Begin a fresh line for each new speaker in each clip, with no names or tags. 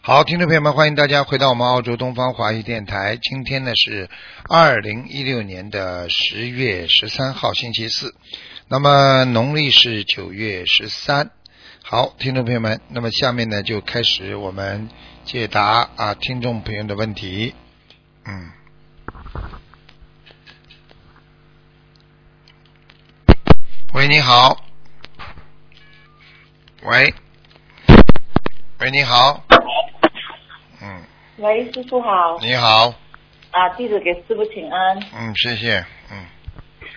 好，听众朋友们，欢迎大家回到我们澳洲东方华语电台。今天呢是二零一六年的十月十三号，星期四，那么农历是九月十三。好，听众朋友们，那么下面呢就开始我们解答啊听众朋友的问题。嗯。喂，你好。喂。喂，你好。嗯，
喂，师傅好
你好。
啊，弟子给师傅请安
嗯，谢谢。嗯，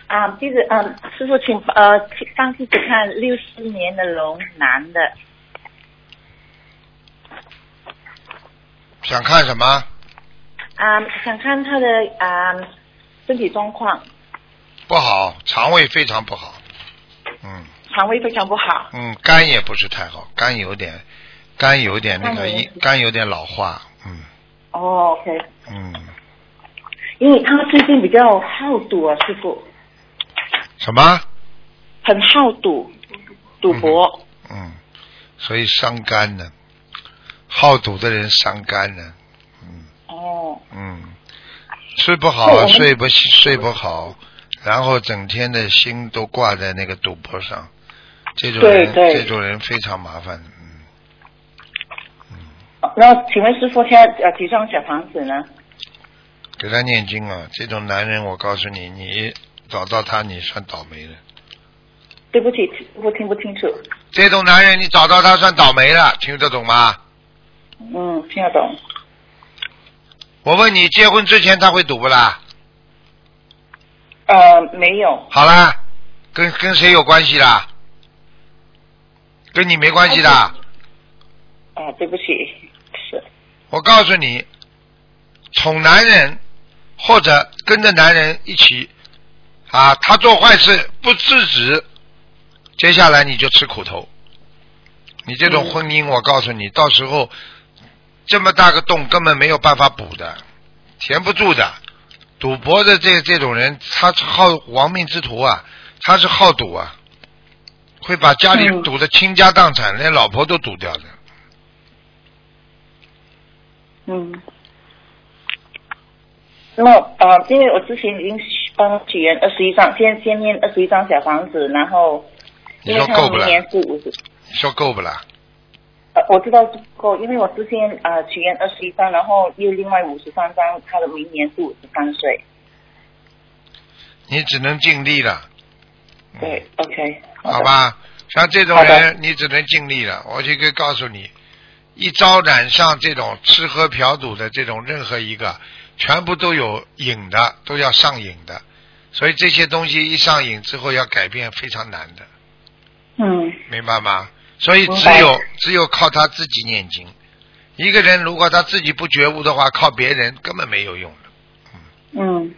啊，弟子嗯，师傅请呃，请帮弟子看六四年的龙男的
想看什么？
啊，想看他的啊身体状况，
不好，肠胃非常不好。嗯
肠胃非常不好，
嗯，肝也不是太好，肝有点，肝有点那个
肝有
一，肝有点老化。嗯
哦，OK，
嗯，
因为他最近比较好赌啊，师傅
什么？
很好赌，赌博，
嗯，所以伤肝呢，好赌的人伤肝呢。
哦，
嗯，吃不
对我
好，
们
睡不睡不好，然后整天的心都挂在那个赌博上，这种人
对对
这种人非常麻烦的。嗯，
那请问师傅现在呃几张小房子呢？
给他念经啊，这种男人，我告诉你，你找到他，你算倒霉了。
对不起，师傅听不清楚，
这种男人，你找到他算倒霉了，听得懂吗？
嗯，听得懂，
我问你，结婚之前他会赌不啦？
呃，没有，
好啦，跟跟谁有关系啦？跟你没关系的。
啊，对不起，是。
我告诉你，宠男人或者跟着男人一起啊，他做坏事不制止，接下来你就吃苦头。你这种
嗯
婚姻，我告诉你，到时候这么大个洞根本没有办法补的，填不住的。赌博的这这种人，他是好亡命之徒啊，他是好赌啊，会把家里
嗯
赌的倾家荡产，连老婆都赌掉的。
嗯，那么呃，因为我之前已经帮他许愿二十一张，先先念二十一张小房子，然后
你
因为
说
他
够不
明
啦？
年是五十，
你说够不啦？
呃，我知道是不够，因为我之前呃许愿二十一张，然后又另外五十三张，他的明年是五十三岁。
你只能尽力了，
对，OK，好的
嗯好，吧？像这种
好的
人，你只能尽力了。我就可以告诉你，一招染上这种吃喝嫖赌的这种任何一个，全部都有瘾的，都要上瘾的。所以这些东西一上瘾之后，要改变非常难的，
嗯
明白吗？所以
明
只
白
有只有靠他自己念经。一个人如果他自己不觉悟的话，靠别人根本没有用的。
嗯。
啊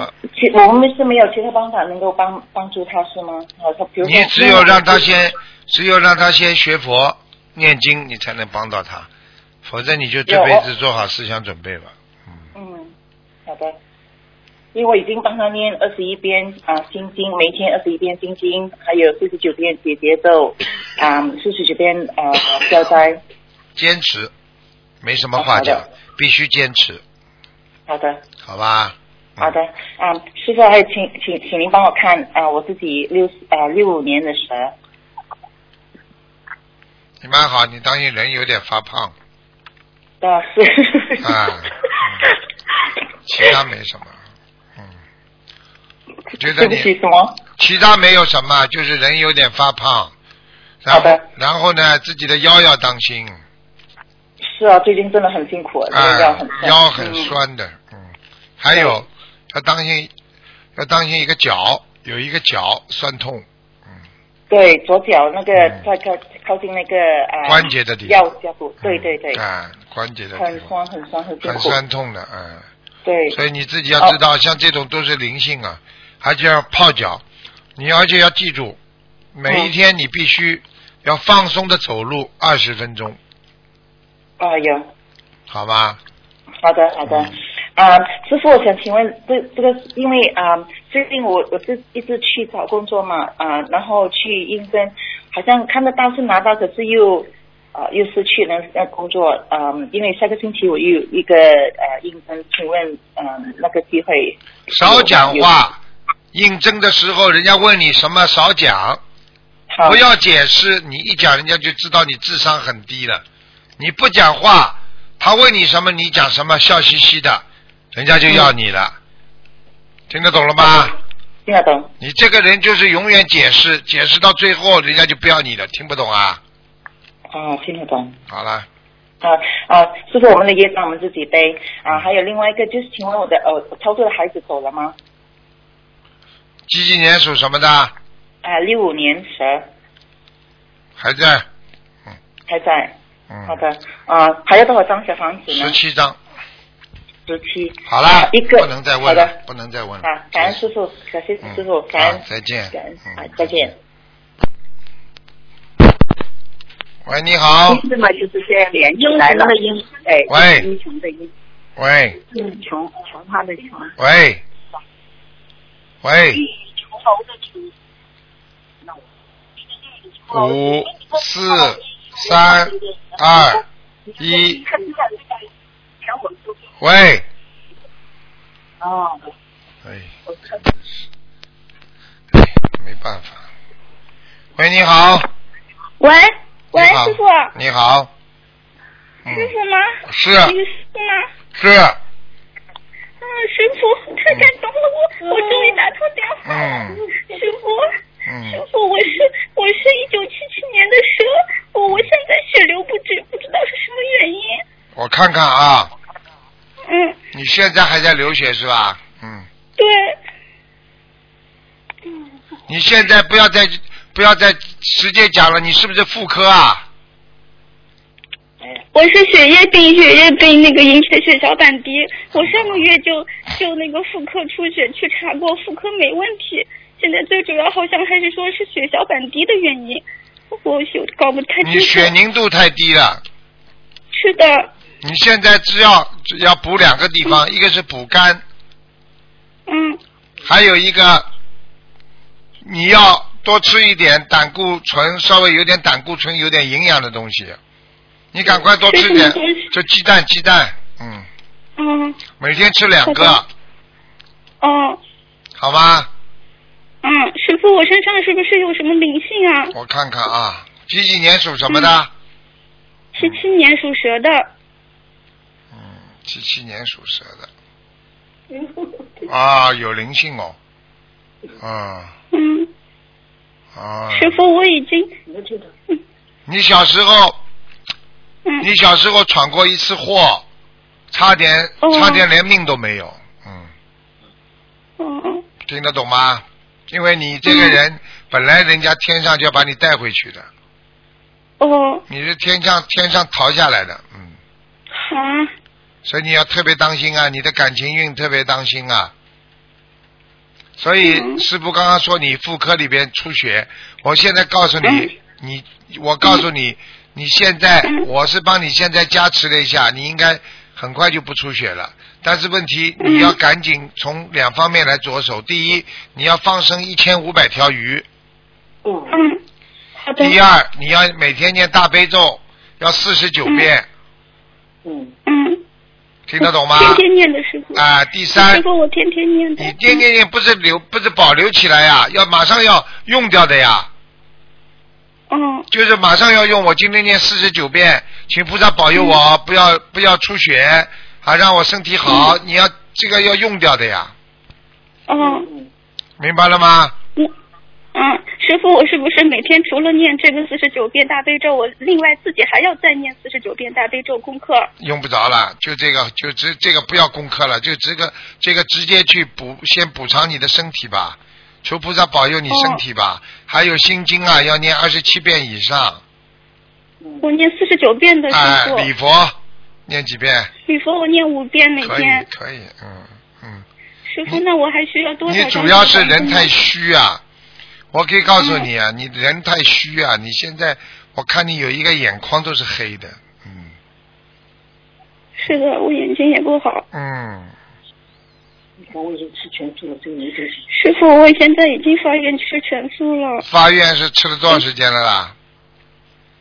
呃其我们是没有其他办法能够帮帮助他是吗？好，他比如说
你只有让他先，只有让他先学佛念经，你才能帮到他，否则你就这辈子做好思想准备吧。
嗯，好的。因为我已经帮他念二十一遍啊心经，每天二十一遍心经，还有四十九遍解节 奏，啊四十九遍啊消灾。
坚持，没什么话讲，
啊好的
必须坚持，
好的，
好吧？
好的，啊师傅还有请请请您帮我看啊我自己六啊六五年的蛇，
你蛮好，你当心人有点发胖，
啊是。
啊嗯 其他没什么。嗯，我觉得
对不起
你
什么？
其他没有什么，就是人有点发胖，然
好
后
的
然后呢，自己的腰要当心，
是啊，最近真的很辛苦，这
啊
个腰很酸。
腰很酸的，嗯，还有要当心，要当心一个脚，有一个脚酸痛，
对，左脚那个
嗯
在靠靠近那个啊
关节的地方
腰下部，对对对
嗯，啊，关节的地
很
方
酸很酸很辛
很
苦，
酸痛的，嗯，
对。哦
所以你自己要知道，像这种都是灵性啊，而且要泡脚，你而且要记住，每一天你必须要放松的走路二十分钟，
啊，有，
好吗？
好的，好
嗯
的。啊、师傅，我想请问，这这个因为啊、最近我我是一直去找工作嘛，啊、然后去应征，好像看得到是拿到，可是又啊、又失去了那工作，嗯，因为下个星期我又有一个呃应征，请问嗯那个机会
少讲话。应征的时候，人家问你什么，少讲，
好
不要解释。你一讲，人家就知道你智商很低了。你不讲话，他问你什么，你讲什么，笑嘻嘻的，人家就要你了。听得懂了吗？
嗯听得懂？
你这个人就是永远解释，解释到最后，人家就不要你了。听不懂啊？
啊，听得懂。
好了，
啊啊，是不是我们的业障我们自己背啊？还有另外一个就是，请问我的呃，我操作的孩子走了吗？
几几年属什么的？
啊，六五年蛇
还在？
还在。
嗯，
好的，啊，还要多少张小房子
十
呢？
七张。
十七。
好了，
啊一个
不能再
好
问了
的，
不能再问了。
啊，感恩师傅，感谢
嗯
师傅，感恩
好再见
感恩
嗯
啊，再见。
喂，你好，
嗯
是嘛，就是这样连起来了，英哎，
喂
英雄的英，
喂，
嗯，穷穷怕的穷，
喂，喂，
穷猴的穷。
五四三二一，喂，
哦，
哎，没办法。喂，你好，
喂
你
喂，
好
师傅，
你好，嗯，
师傅吗？
是
你是师傅吗？
是，
嗯，师傅太感动了，我我终于打通电话了。
嗯
师傅，
嗯
师傅，我是我是一九七七年的蛇，我我现在血流不止，不知道是什么原因。
我看看啊，
嗯，
你现在还在流血是吧？嗯，
对，
你现在不要再不要再直接讲了，你是不是妇科啊？
我是血液病，血液病那个引起的血小板低。我上个月就就那个妇科出血去查过，妇科没问题。现在最主要好像还是说是血小板低的原因，我有搞不太清
你
楚
血。凝度太低了。
是的，
你现在只要只要补两个地方，一个是补肝，
嗯
还有一个你要多吃一点胆固醇，稍微有点胆固醇，有点营养的东西。你赶快多吃点
这是什么东西，
就鸡蛋，鸡蛋，嗯，
嗯
每天吃两
好
个
的，哦
好吗？
嗯，师傅，我身上是不是有什么灵性啊？
我看看啊，几几年属什么的？
七七年属蛇的，
嗯，七七年属蛇的。啊，有灵性哦。啊
嗯，
啊！
师傅，我已经，
你小时候
嗯，
你小时候闯过一次祸，差点
哦
差点连命都没有。嗯，
嗯
听得懂吗？因为你这个人、本来人家天上就要把你带回去的，
哦，
你是天上天上逃下来的，嗯，
啊，
所以你要特别当心啊，你的感情运特别当心啊。所以、
嗯
师傅刚刚说你妇科里边出血，我现在告诉你，
嗯
你我告诉你，你现在、
嗯
我是帮你现在加持了一下，你应该很快就不出血了。但是问题
嗯
你要赶紧从两方面来着手，第一你要放生一千五百条鱼，
嗯，
嗯，好的，
第二你要每天念大悲咒，要四十九遍，
嗯，
嗯，
听得懂吗？
天天念的师傅，
啊、第
师
三
傅，我天天念的，
你天天念不是留不是保留起来呀，要马上要用掉的呀，
嗯，
就是马上要用。我今天念四十九遍，请菩萨保佑我，不要不要出血，啊，让我身体好。你要这个要用掉的呀，
嗯
哦，
明白了吗？
嗯，师傅，我是不是每天除了念这个四十九遍大悲咒，我另外自己还要再念四十九遍大悲咒功课？
用不着了，就这个就这这个不要功课了，就这个这个直接去补，先补偿你的身体吧，求菩萨保佑你身体吧。还有心经啊，要念二十七遍以上，
嗯
我念四十九遍的师
哎、
傅，
礼佛念几遍，
礼佛我念五遍每
可以
天。
可以，嗯嗯。
师傅，那我还需要多少
你
张小
主要是
房子
人
呢
太虚啊！我可以告
嗯
诉你啊，你人太虚啊！你现在我看你有一个眼眶都是黑的，嗯
是的，我眼睛也不好。
嗯，
嗯我已经吃全素了，所以你就是
师傅，我现在已经发愿吃全素了。
发愿是吃了多长时间了啦？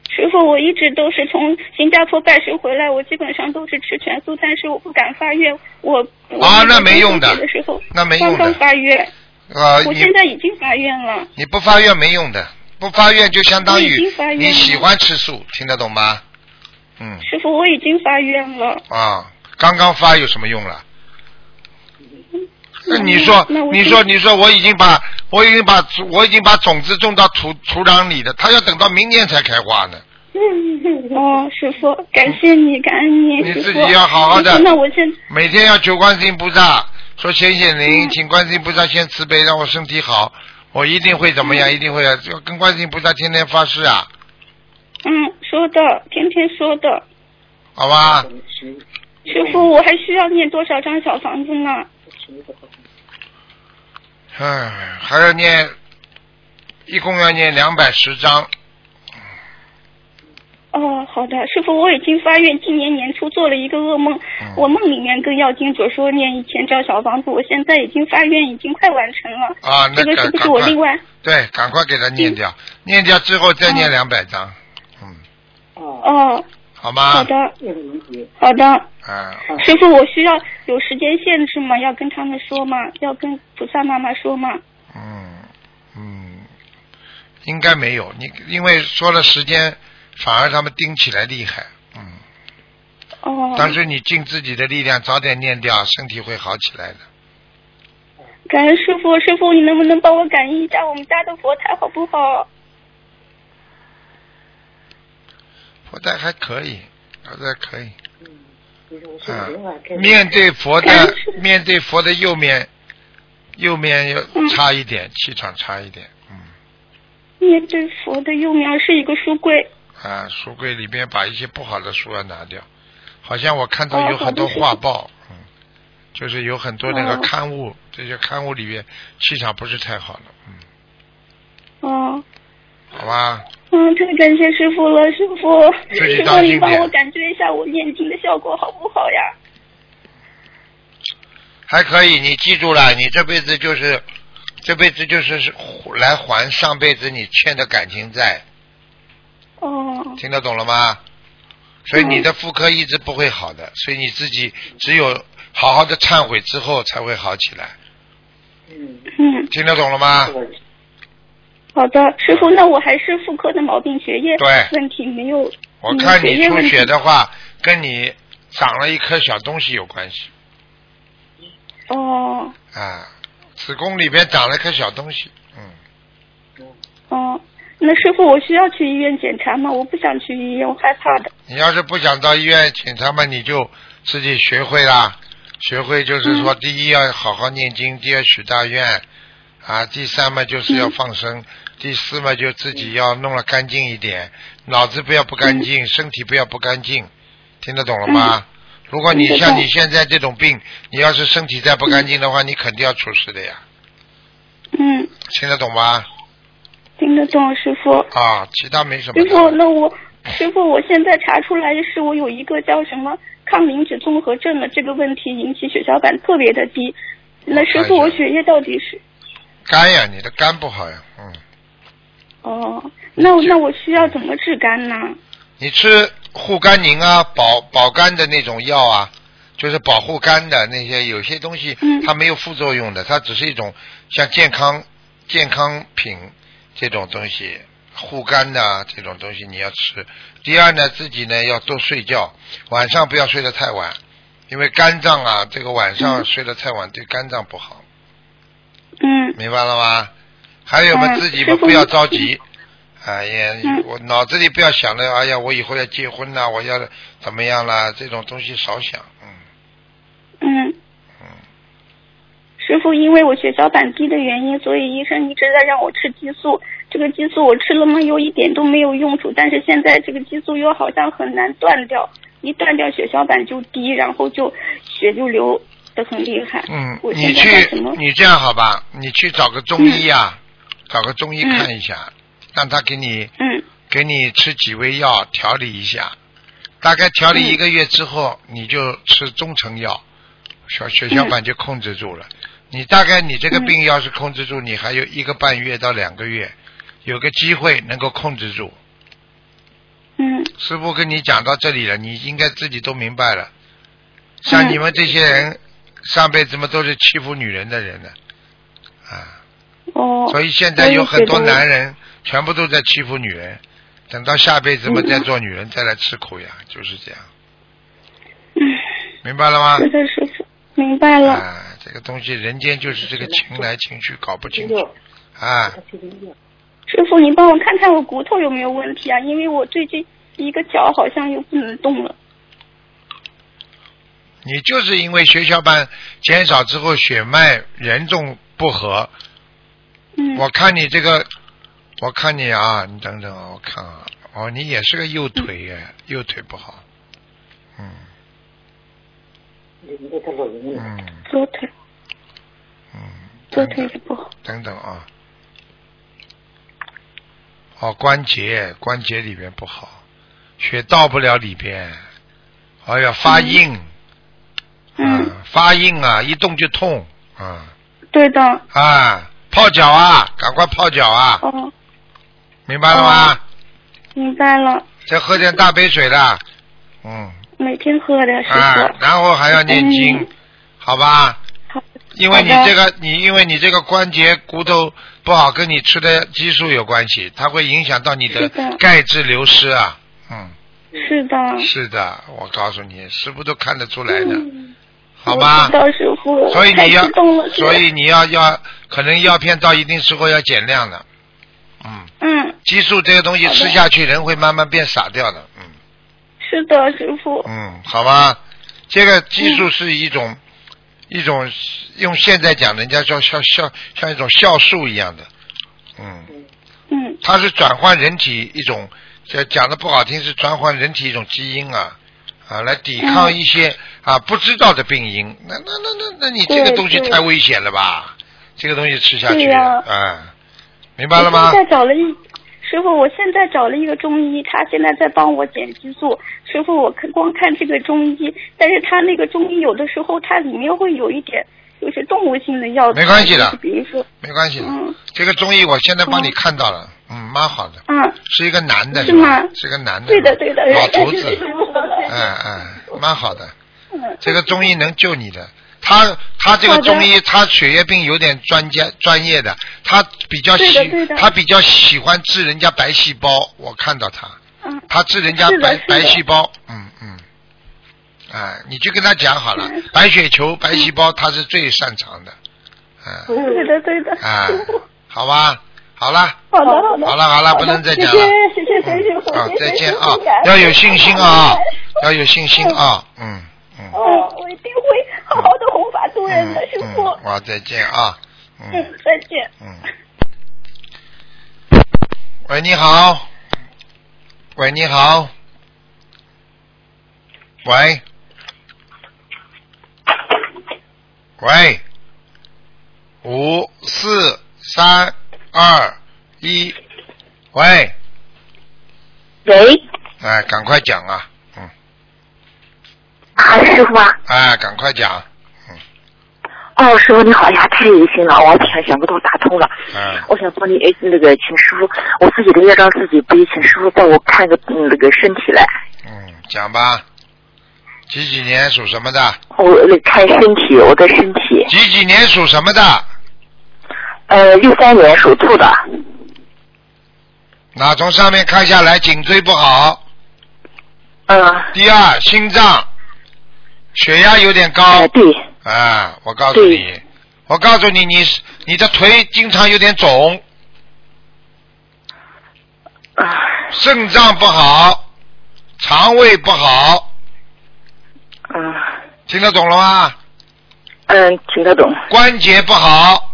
师师傅，我一直都是从新加坡拜师回来，我基本上都是吃全素，但是我不敢发愿。我
啊那没用的
的时候
那没用的
刚刚发愿，
呃，
我
你
现在已经发愿了。
你不发愿没用的，不发愿就相当
我已
于
经发愿了
你喜欢吃素，听得懂吗？嗯
师傅，我已经发愿了。
啊，刚刚发有什么用了？那你说
嗯那我，
你说，你说，我已经把我已经把我已经把种子种到土土壤里的，它要等到明年才开花呢。
哦，师傅，感谢你，感恩你，
你
师傅。
自己要好好的
师傅那我现
每天要求观世音菩萨，说显显
嗯
灵，请观世音菩萨先慈悲，让我身体好，我一定会怎么样？一定会啊要跟观世音菩萨天天发誓啊，
嗯说的，天天说的。
好吧？
师傅，我还需要念多少张小房子呢？嗯
唉，还要念，一共要念两百十章，
哦，好的，师傅，我已经发愿，今年年初做了一个噩梦，
嗯
我梦里面跟药精者说念一千张小房子，我现在已经发愿，已经快完成了。
啊，那
这个
赶
是不
赶
是我
快
另外？
对，赶快给他念掉，
嗯
念掉之后再念两百章，嗯，
哦，
哦，
好吗？
好的，
叶文杰，
好的，
啊，
师傅，我需要有时间限制吗？要跟他们说吗？要跟菩萨妈妈说吗？
嗯嗯，应该没有，你因为说了时间，反而他们盯起来厉害，嗯。
哦，
但是你尽自己的力量，早点念掉，身体会好起来的。
感恩师傅，师傅，你能不能帮我感应一下我们家的佛台好不好？
佛台还可以，佛台可以。
你说我嗯是
啊
人啊，开，始
面对佛
感
的
恩师父
面对佛的右面，右面要
嗯
差一点，气场差一点。嗯，
面对佛的右面是一个书柜，
啊，书柜里边把一些不好的书要拿掉。好像我看到
哦
有很多
好的
画报，嗯，就是有很多那个
哦
刊物，这些刊物里边气场不是太好了，嗯，
哦，
好吧，
嗯，太感谢师傅了，师傅，
自己
师
当
傅
心
你帮
点
我感觉一下我念经的效果好不好呀？
还可以，你记住了，你这辈子就是，这辈子就是是来还上辈子你欠的感情债，
哦，
听得懂了吗？所以你的妇科一直不会好的，所以你自己只有好好的忏悔之后才会好起来，
嗯，
嗯，
听得懂了吗？
我
好的，师傅，那我还是妇科的毛病，学业
对
问题没有，
我看
学
你
业
出
问题
血的话，跟你长了一颗小东西有关系
哦
啊，子宫里边长了一颗小东西，嗯，
哦，那师傅，我需要去医院检查吗？我不想去医院，我害怕的。
你要是不想到医院检查嘛，你就自己学会啦。学会就是
嗯
说，第一要好好念经，第二许大愿，啊，第三嘛就是要放生，第四嘛就自己要弄了干净一点，脑子不要不干
嗯
净，身体不要不干净，听得懂了吗？如果你
听得
像
懂
你现在这种病，你要是身体再不干净的话，你肯定要出事的呀，
嗯，
听得懂吗？
听得懂，师傅。
啊，其他没什么
师傅，
的，
那我师傅，我现在查出来是我有一个叫什么抗磷脂综合症的这个问题，引起血小板特别的低。那师傅，
我看
我
一下
血液到底是？
肝呀，你的肝不好呀，嗯。
哦，那我那我需要怎么治肝呢？
你吃护肝宁啊、保保肝的那种药啊，就是保护肝的那些，有些东西
嗯
它没有副作用的，它只是一种像健康健康品这种东西，护肝的啊这种东西你要吃。第二呢，自己呢要多睡觉，晚上不要睡得太晚，因为肝脏啊，这个晚上
嗯
睡得太晚对肝脏不好，
嗯
明白了吗？还有嘛，
嗯
自己嘛
师傅
不要
你
着 急。哎呀，
嗯
我脑子里不要想着，哎呀，我以后要结婚啦，我要怎么样啦，这种东西少想，嗯，
嗯
嗯。
师傅，因为我血小板低的原因，所以医生一直在让我吃激素。这个激素我吃了嘛，又一点都没有用处。但是现在这个激素又好像很难断掉，一断掉血小板就低，然后就血就流的很厉害。
嗯
我，
你
现在干
去
什么，？
你这样好吧？你去找个中医啊，找个中医看一下，让他给你
嗯
给你吃几味药调理一下，大概调理一个月之后，你就吃中成药，小血小板就控制住了。你大概你这个病要是控制住，你还有一个半月到两个月，有个机会能够控制住，
嗯
师傅跟你讲到这里了，你应该自己都明白了。像你们这些人，上辈子嘛都是欺负女人的人呢，啊，
哦，
所以现在有很多
我也觉得
男人全部都在欺负女人，等到下辈子嘛
嗯
再做女人再来吃苦呀，就是这样，明白了吗
是？的，嗯师傅，明白了。
啊，这个东西人间就是这个情来情去搞不清
听
楚
着，
啊
他，听不见。
师傅，你帮我看看我骨头有没有问题啊？因为我最近一个脚好像又不能动了。
你就是因为血小板减少之后血脉严重不和，
嗯，
我看你这个，我看你啊，你等等啊，我看啊，哦，你也是个右腿耶，右腿不好，嗯
你那个老人啊，
嗯
左腿，
嗯，
左
等
腿
等
也不好。
等等啊，哦，关节关节里边不好，血到不了里边，哎呀发硬，
嗯，
啊发硬啊，一动就痛啊
对的。
啊，泡脚啊，赶快泡脚啊，
哦，
明白了吗？
明白了，
再喝点大杯水啦，嗯。
每天喝的师
啊，
傅。
然后还要念经，
嗯
好吧？
好，
因为你
好的
这个，你因为你这个关节骨头不好，跟你吃的激素有关系，它会影响到你的
是的
钙质流失啊。嗯，
是的。
是的，我告诉你，师傅都看得出来的，
嗯
好吧
我知？道师傅，
所以
太
你要
激动了，，
所以你要要，可能药片到一定时候要减量的。嗯，
嗯，
激素这个东西
好的
吃下去，人会慢慢变傻掉的。嗯。
是的，师傅，
嗯，好吧，这个技
嗯
术是一种、一种用现在讲，人家叫像像像一种酵素一样的，嗯，
嗯，
它是转换人体一种，这讲的不好听是转换人体一种基因啊啊，来抵抗一些、啊不知道的病因。那那那那那你这个
嗯对
东西
对
太危险了吧？这个东西吃下
对
去，
呀
啊，明白了吗？
我现在找了一师傅，我现在找了一个中医，他现在在帮我减激素。师傅，我看光看这个中医，但是他那个中医有的时候它里面会有一点就是动物性的药材，
没关系的
就是比如说，
没关系的，
嗯
这个中医我现在帮你
嗯
看到了，嗯，蛮好的。
嗯，
是一个男的，
是
吧
吗
是个男的，
对的对的，
老头
但 是
子，嗯嗯，蛮好的。
嗯，
这个中医能救你的，他他这个
好的
中医，他血液病有点专家专业的，他比较喜
对的对的
他比较喜欢治人家白细胞，我看到他，
嗯，
他治人家
是的
白
是的
白细胞，嗯嗯，哎，你去跟他讲好了
嗯，
白血球、白细胞他是最擅长的，嗯
对的对的，
啊，好吧，好了。
好的好的，
好了好了，不能再讲了。
谢谢谢谢师傅，
啊，
谢
再
谢
见
师傅
啊
感，
要
恩
有信心 啊，要有信心啊，嗯嗯
嗯，我一定会好好的弘法度人
嗯
的，师
嗯，
傅，
好，再见啊，
嗯
嗯，
再见。
嗯。喂，你好，喂，你好，喂，喂，五四三二一，喂。
喂，
哎，赶快讲啊！嗯，
还是啊师傅吗？
哎，赶快讲。
哦，师傅你好呀，太有心了，我天，想不到打通了。
嗯，
我想帮你，哎，那个请师傅，我自己的业障自己背，请师傅帮我看个、嗯、那个身体来，
嗯，讲吧。几几年属什么的？
我那看身体，我的身体，
几几年属什么的？
呃，六三年属兔的，
那从上面看下来，颈椎不好。
嗯、
第二，心脏、血压有点高
呃，。对，
啊，我告诉你，我告诉你，你你的腿经常有点肿，
啊、
肾脏不好，肠胃不好，
嗯，
听得懂了吗？
嗯，听得懂，
关节不好，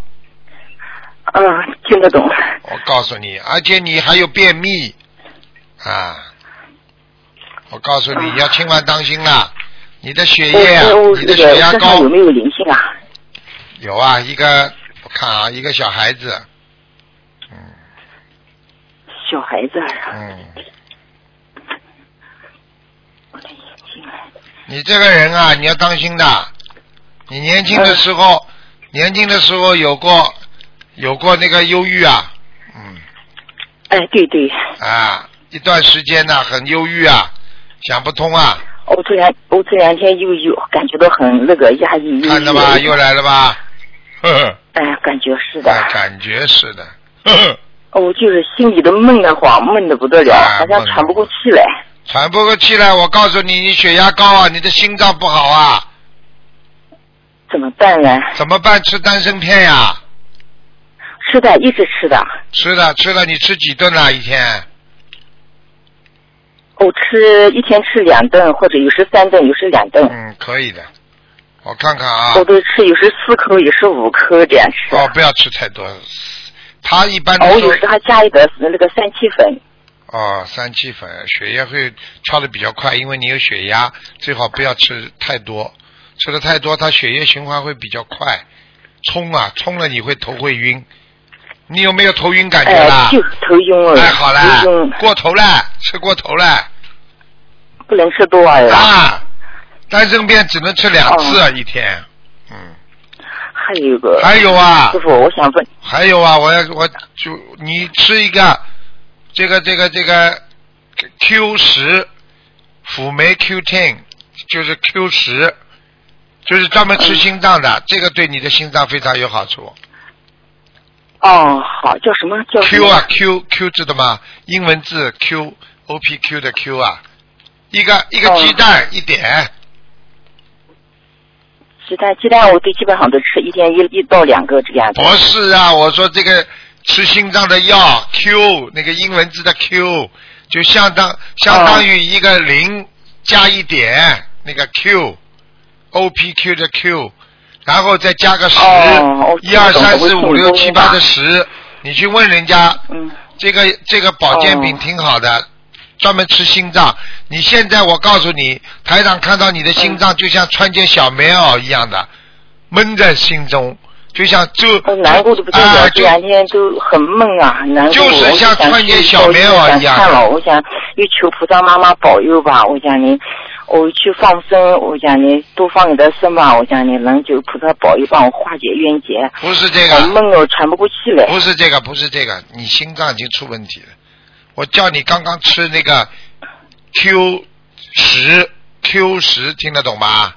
嗯、听得懂，
我告诉你，而且你还有便秘啊！我告诉你，
啊
要千万当心啦！你的血
我
液啊，
我
你的
这个
血压
身上
高
有，没有灵性啊？
有啊，一个我看啊，一个小孩子，嗯
小孩子，啊
嗯，
我的眼睛啊，
你这个人啊，你要当心的。你年轻的时候，年轻的时候有过有过那个忧郁啊，嗯
哎，对对，
啊，一段时间呢、很忧郁啊，想不通啊，
我这两我这两天又有感觉到很那个压抑，又
看了吧，又来了吧，嗯呵呵，
哎，感觉是的，哦
哎，感觉是的，呵呵，
我就是心里都闷得慌，闷得不得了，
哎
好像喘不过气来。
喘不过气来。我告诉你，你血压高啊，你的心脏不好啊，
怎么办呢？
怎么办？吃丹参片呀、
吃的一直吃的，
吃的吃的，你吃几顿啦、一天？
我哦吃一天吃两顿，或者有时三顿，有时两顿，
嗯，可以的，我看看啊。
我都吃有时四颗，有时五颗这样吃。
哦，不要吃太多。他一般都
哦，我有
是
时还加一点那个三七粉。
哦，三七粉，血液会跳的比较快，因为你有血压，最好不要吃太多，吃的太多，它血液循环会比较快，冲啊，冲了你会头会晕，你有没有头晕感觉
哎
啦，？
就是头晕了，
哎，好啦
头晕，
过头啦，吃过头啦
不能吃多啊。
啊！丹参片只能吃两次
哦
啊，一天。嗯，
还有一个，
还有啊
师，傅，我想问，
还有啊，我要我就你吃一个这个这个这个 Q 十辅酶 Q ten，就是 Q 十，就是专门吃心脏的，这个对你的心脏非常有好处。
哦，好，叫什么叫什
Q
么
啊 Q Q 知道吗？英文字 Q O P Q 的 Q 啊，一个一个
哦
鸡蛋一点，
鸡蛋，鸡蛋我最基本上都吃一天一一到两个这样子。
不是啊，我说这个吃心脏的药 Q 那个英文字的 Q 就相当相当于一个零加一点那个 Q O P Q 的 Q，然后再加个十
哦我
一二三四五六七八的
我
十，你去问人家
嗯，
这个这个保健品挺好
哦
的。专门吃心脏，你现在我告诉你，台长看到你的心
嗯
脏就像穿件小棉袄一样的，闷在心中，就像就
我难过的不得了，
啊
这
就
两天都很闷啊，很难过。
就是
我
像
想
穿件
去
小棉袄
到医
一
院
样
看了，我想又求菩萨妈妈保佑吧，我想你，我去放生，我想你多放一点生吧，我想你能求菩萨保佑，帮我化解冤结。
不是这
我
个，
闷哦，喘不过气来。
不是这个，不是这个，你心脏已经出问题了。我叫你刚刚吃那个 Q 十 Q 十，听得懂吗？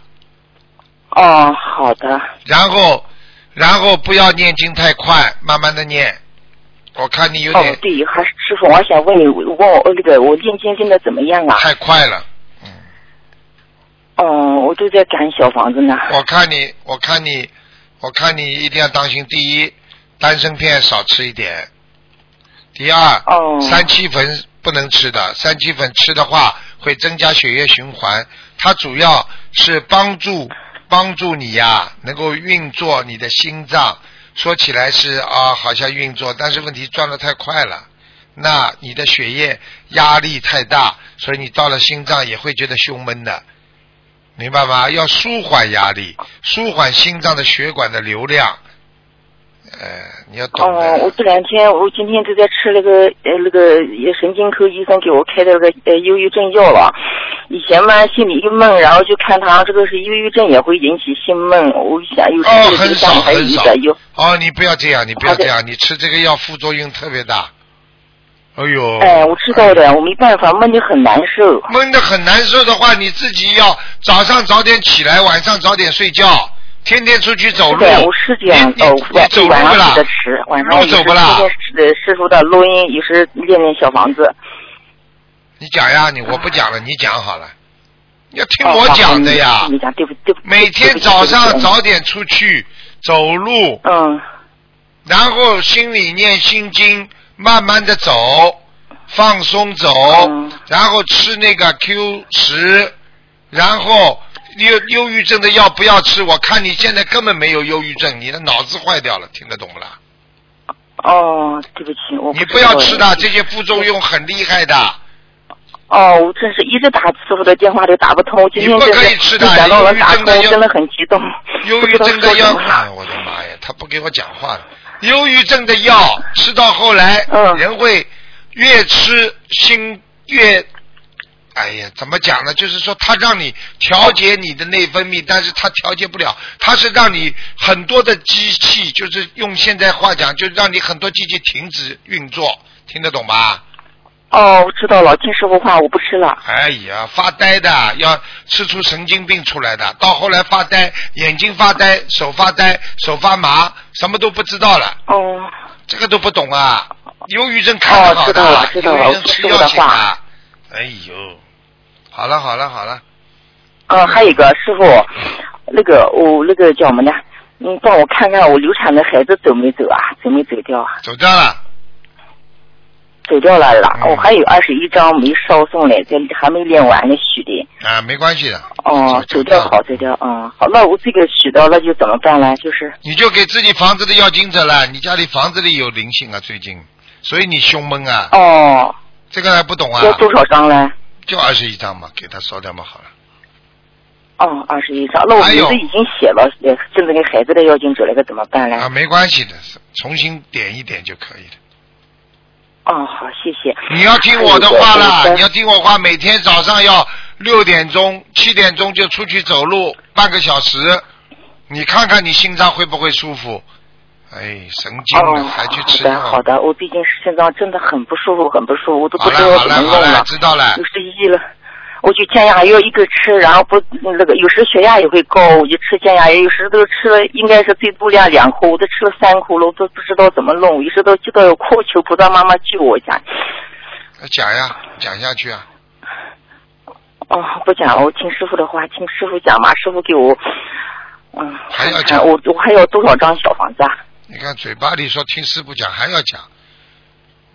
哦，好的，
然后，然后不要念经太快，慢慢的念。我看你有
哦
点
对，还是师傅，我还想问你，问我呃那个我练经练的怎么样啊？
太快了。
哦，我都在赶小房子呢。
我看你，我看你，我看你一定要当心。第一，丹参片少吃一点；第二，
哦
三七粉不能吃的，三七粉吃的话会增加血液循环，它主要是帮助帮助你呀、能够运作你的心脏。说起来是啊，好像运作，但是问题转的太快了。那你的血液压力太大，所以你到了心脏也会觉得胸闷的，明白吗？要舒缓压力，舒缓心脏的血管的流量。呃，你要懂
哦，我
的。
这两天，我今天都在吃那个呃那个呃神经科医生给我开的那个呃忧郁症药了。以前嘛，心里一闷，然后就看他这个是忧郁症也会引起心闷，我一想又
哦，
吃这
很
个
少
上还有
很
一
少
点药。。
哦，你不要这样，你不要
好的
这样，你吃这个药副作用特别大。哎呦。
哎，我知道
哎
的，我没办法，闷得很难受。
闷得很难受的话，你自己要早上早点起来，晚上早点睡觉，天天出去走路
对，。我是这样
你
的，
你
我
你走路
晚
不
上
啦
记得吃，晚上
路
有时
走
候
不啦
听听师呃师傅的录音，呃有时练练小房子。
你讲呀，你我不讲了，你讲好了。你要听
哦
我
好
讲的呀。
你你讲对不对不？
每
对
天
不起
早
对
上
不起
早点出去走路，
嗯。
然后心里念心经，慢慢的走，放松走，
嗯
然后吃那个 Q 十，然后忧忧郁症的药不要吃。我看你现在根本没有忧郁症，你的脑子坏掉了，听得懂不啦？
哦，对不起，我
你
不
不
知道
要吃
哎
的，这些副作用很厉害的。
哦，我真是一直打师傅的电话都打不通，我今
你
天
不
就
可以
是
吃的
一想到
忧
了
郁
打
症
通
的，要
真的很激动，
忧
不
郁
知道
症的
说什
药，
么
哎
了。
我的妈呀，他不给我讲话了。忧郁症的药吃到后来，
嗯
人会越吃心越，哎呀，怎么讲呢？就是说，它让你调节你的内分泌，但是它调节不了，它是让你很多的机器，就是用现在话讲，就让你很多机器停止运作，听得懂吧？
哦，我知道了，听师傅话，我不吃了。
哎呀，发呆的，要吃出神经病出来的，到后来发呆，眼睛发呆，手发呆，手发麻，什么都不知道了，
哦，
这个都不懂啊。忧郁症看得好的，啊
哦知道了知道了
忧郁症吃
我
药
听
请
师傅的话
的。啊哎呦，好了好了好了，
嗯，还有一个师傅，
嗯
那个我、那个叫什么呢？嗯，帮我看看我流产的孩子走没走啊？走没走掉啊？
走掉了。
走掉了啦，
嗯
我、还有二十一张没烧送来，这还没练完呢，许的。
啊，没关系的。
哦，走掉好，走掉，嗯，好，那我这个许到了就怎么办呢？就是，
你就给自己房子的要经者了，你家里房子里有灵性啊，最近，所以你胸闷啊，
哦，
这个还不懂啊
要，多少张呢？
就二十一张嘛，给他烧掉嘛好了。
哦，二十一张，那我
还有
名字已经写了，呃正在给孩子的要经者了，该怎么办呢？
啊，没关系的，重新点一点就可以了。
哦，好，谢谢。哎
你要听我的话
还
啦，
有一个
你要听我话，每天早上要六点钟、七点钟就出去走路半个小时，你看看你心脏会不会舒服？哎，神经了
哦，
还去吃
好的，好
药。
的，我最近心脏真的很不舒服，很不舒服，我都不
好
知道
了好
怎么
了
弄
好了，
了，
知道了
有。时抑了。我就降压药一个吃，然后不那个有时血压也会高，我就吃降压药，有时都吃了，应该是最多量两颗，我都吃了三颗了，我都不知道怎么弄，有时都知道要哭求菩萨妈妈救我一下。
讲呀，讲下去啊。
哦，不讲了，我听师傅的话，听师傅讲嘛，师傅给我，嗯，
还要
看
讲
看我我还有多少张小房子啊？
你看嘴巴里说听师傅讲，还要讲，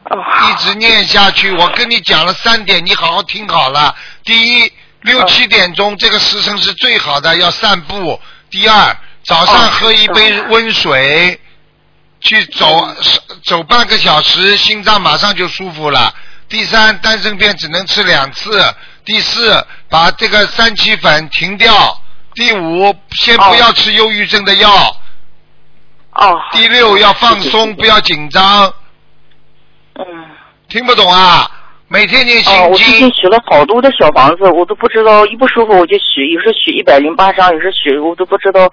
哦，
一直念下去。我跟你讲了三点，你好好听好了。第一，六
嗯
七点钟这个时辰是最好的，要散步。第二，早上
哦
喝一杯温水，去走走半个小时，心脏马上就舒服了。第三，丹参片只能吃两次。第四，把这个三七粉停掉。第五，先不
哦
要吃忧郁症的药。
哦，
第六要放
谢谢谢
松，
谢
不要紧张。
嗯。
听不懂啊？每天念
哦，
心
我最
经
近，许了好多的小房子，我都不知道，一不舒服我就许，有时许一百零八张，有时许我都不知道，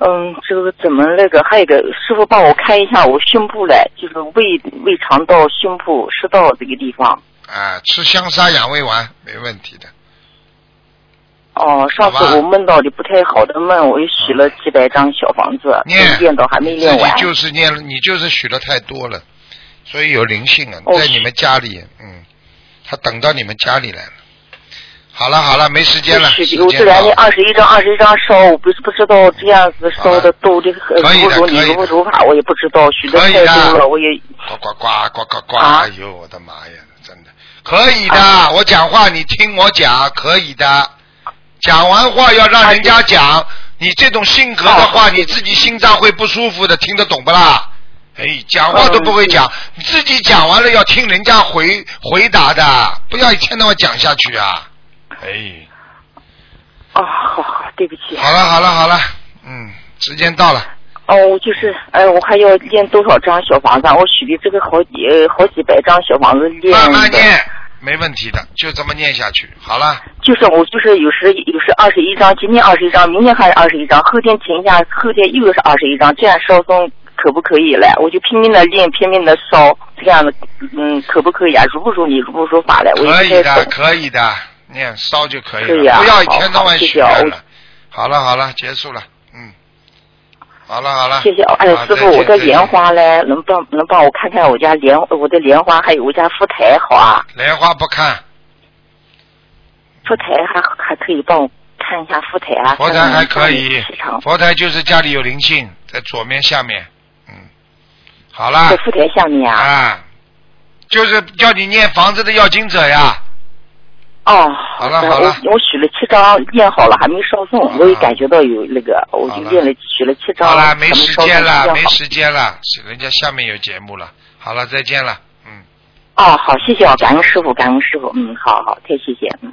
嗯，这个怎么那个？还有一个师傅帮我看一下我胸部嘞，就是胃胃肠道、胸部、食道这个地方。
啊，吃香砂养胃丸没问题的。
啊哦，上
好吧
次我梦到的不太好的梦，我又许了几百张小房子，
念
念到还没念完
自己。就是念了，你就是许了太多了，所以有灵性啊，
哦
在你们家里，嗯，他等到你们家里来了。好了好了，没时间了，
我
时
许
间
我这两
到
天
了。
二十一张，二十一张烧，我不不知道这样子烧的到底呃
可以
如
的
何如
可以
理
的
如不如法，我也不知道，许的
可以
太
的
多了，我也
呱呱呱呱呱呱！
啊
哎呦，我的妈呀，真的可以的，我讲话你听我讲，可以的。讲完话要让人家讲，啊你这种性格的话，
啊
你自己心脏会不舒服的，听得懂不啦？哎，讲话都不会讲，你自己讲完了要听人家回回答的，不要一天到晚讲下去啊！哎，
啊，好好，对不起。
好了好了好了，嗯，时间到了，
哦，我就是，哎，我还要练多少张小房子啊？我许的这个好几呃好几百张小房子练的，
慢慢念，没问题的，就这么念下去。好了，
就是我就是有时有时二十一张，今天二十一张，明天还是二十一张，后天停一下，后天又是二十一张，这样烧松可不可以嘞？我就拼命的练，拼命的烧，这样子，嗯，可不可以啊？如不如你，如不如法嘞？我
可
也
以
不太
的，
懂。
可以的，念烧就可以
可以
了，
啊
不要一天到晚
好好谢
许
谢啊
愿
我
了。好了好了，结束了，嗯，好了好了。
谢谢哦，哎
好，
师傅，我的
再见再见
莲花嘞，能帮能帮我看看我家莲，我的莲花还有我家佛台好啊？
莲花不看，
佛台还还可以帮我看一下佛台啊，
佛台
看看
还可
有没
以
有气场，
佛台就是家里有灵性，在左面下面，嗯，好啦
在，佛台下面啊。
啊，就是叫你念房子的要经者呀，
哦，
好了
的
好了
我我许了七张，练好了还没烧送
好，了
我也感觉到有那个，我
好
就
了
练了许了七张，
好啦，
还
没
烧
时
送
间
练
了，
好
没时间了，人家下面有节目了，好了，再见了，嗯。
哦，好，谢谢啊，感恩师傅，感恩师傅，嗯，好好，太谢谢，嗯。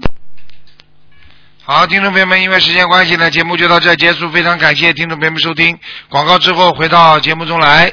好，听众朋友们，因为时间关系呢，节目就到这儿结束。非常感谢听众朋友们收听广告之后回到节目中来。